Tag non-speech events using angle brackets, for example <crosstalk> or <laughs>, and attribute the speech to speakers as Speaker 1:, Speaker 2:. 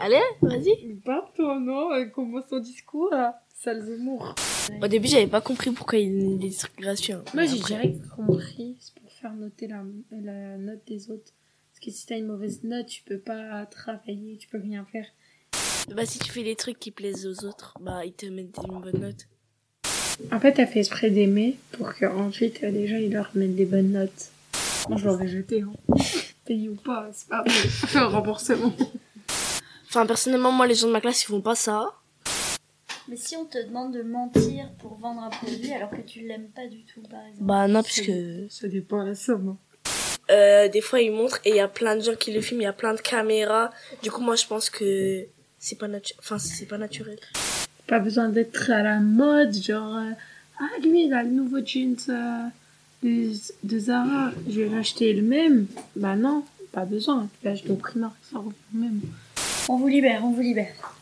Speaker 1: Allez, vas-y.
Speaker 2: Bah, toi, non, elle commence son discours à Sale Zemmour.
Speaker 1: Au début, j'avais pas compris pourquoi il donnait des trucs gratuits. hein.
Speaker 2: Moi,
Speaker 1: Mais
Speaker 2: j'ai
Speaker 1: après-
Speaker 2: direct compris. C'est pour faire noter la, la note des autres. Parce que si t'as une mauvaise note, tu peux pas travailler, tu peux rien faire.
Speaker 1: Bah, si tu fais des trucs qui plaisent aux autres, bah, ils te mettent des- une bonne note.
Speaker 2: En fait, elle fait exprès d'aimer pour que ensuite euh, les gens ils leur mettent des bonnes notes. Moi, je l'aurais jeté. <laughs> Hein. Payé ou pas, c'est <laughs> pas bon. un remboursement.
Speaker 1: Enfin, personnellement, moi, les gens de ma classe, ils font pas ça.
Speaker 3: Mais si on te demande de mentir pour vendre un produit alors que tu l'aimes pas du tout, par exemple.
Speaker 1: Bah, non,
Speaker 2: C'est-
Speaker 1: puisque.
Speaker 2: Ça dépend de la somme. hein.
Speaker 1: Euh, des fois, ils montrent et il y a plein de gens qui le filment, il y a plein de caméras. Du coup, moi, je pense que c'est pas, natu- enfin, c'est pas naturel.
Speaker 2: Pas besoin d'être à la mode, genre euh, ah lui il a le nouveau jeans euh, de, de Zara, je vais l'acheter le même. Bah non, pas besoin. Tu l'achètes au Primark, ça revient au même.
Speaker 3: On vous libère, on vous libère.